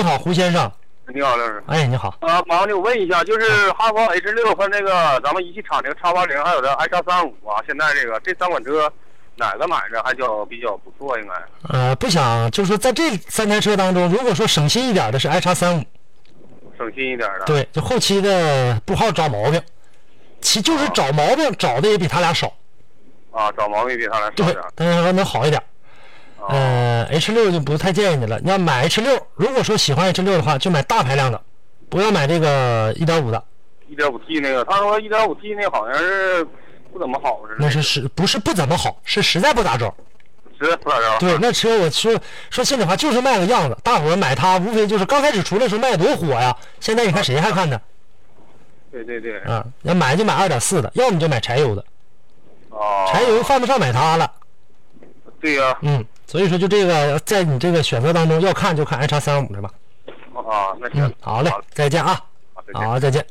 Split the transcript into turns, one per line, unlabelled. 你好，胡先生。
你好，老师。
哎，你好。
啊，麻烦你问一下，就是哈弗 H 六和那个咱们一汽厂这个叉八零，还有这 i 叉三五啊，现在这个这三款车哪个买着还叫比较不错？应该
呃，不想就是说在这三台车当中，如果说省心一点的是 i 叉三五，
省心一点的。
对，就后期的不好找毛病，其就是找毛病找的也比他俩少，
啊，找毛病比它俩少
对
点儿，
但是说能好一点。
啊。
呃，H 六就不太建议你了。你要买 H 六，如果说喜欢 H 六的话，就买大排量的，不要买这个一点五的，
一点五 T 那个，他说一点五 T 那好像是不怎么好似的。
那是实不是不怎么好，是实在不咋招。
是不咋着。
对，那车我说说心里话，就是卖个样子。大伙儿买它，无非就是刚开始出来的时候卖多火呀，现在你看谁还看它
对对对。
啊？要买就买二点四的，要么就买柴油的，
啊。
柴油犯不上买它了。
对呀、
嗯，所以说就这个，在你这个选择当中，要看就看 i 叉三五是吧？
啊，那行
嗯，，好嘞
好，
再见啊，
好再见
好，再见。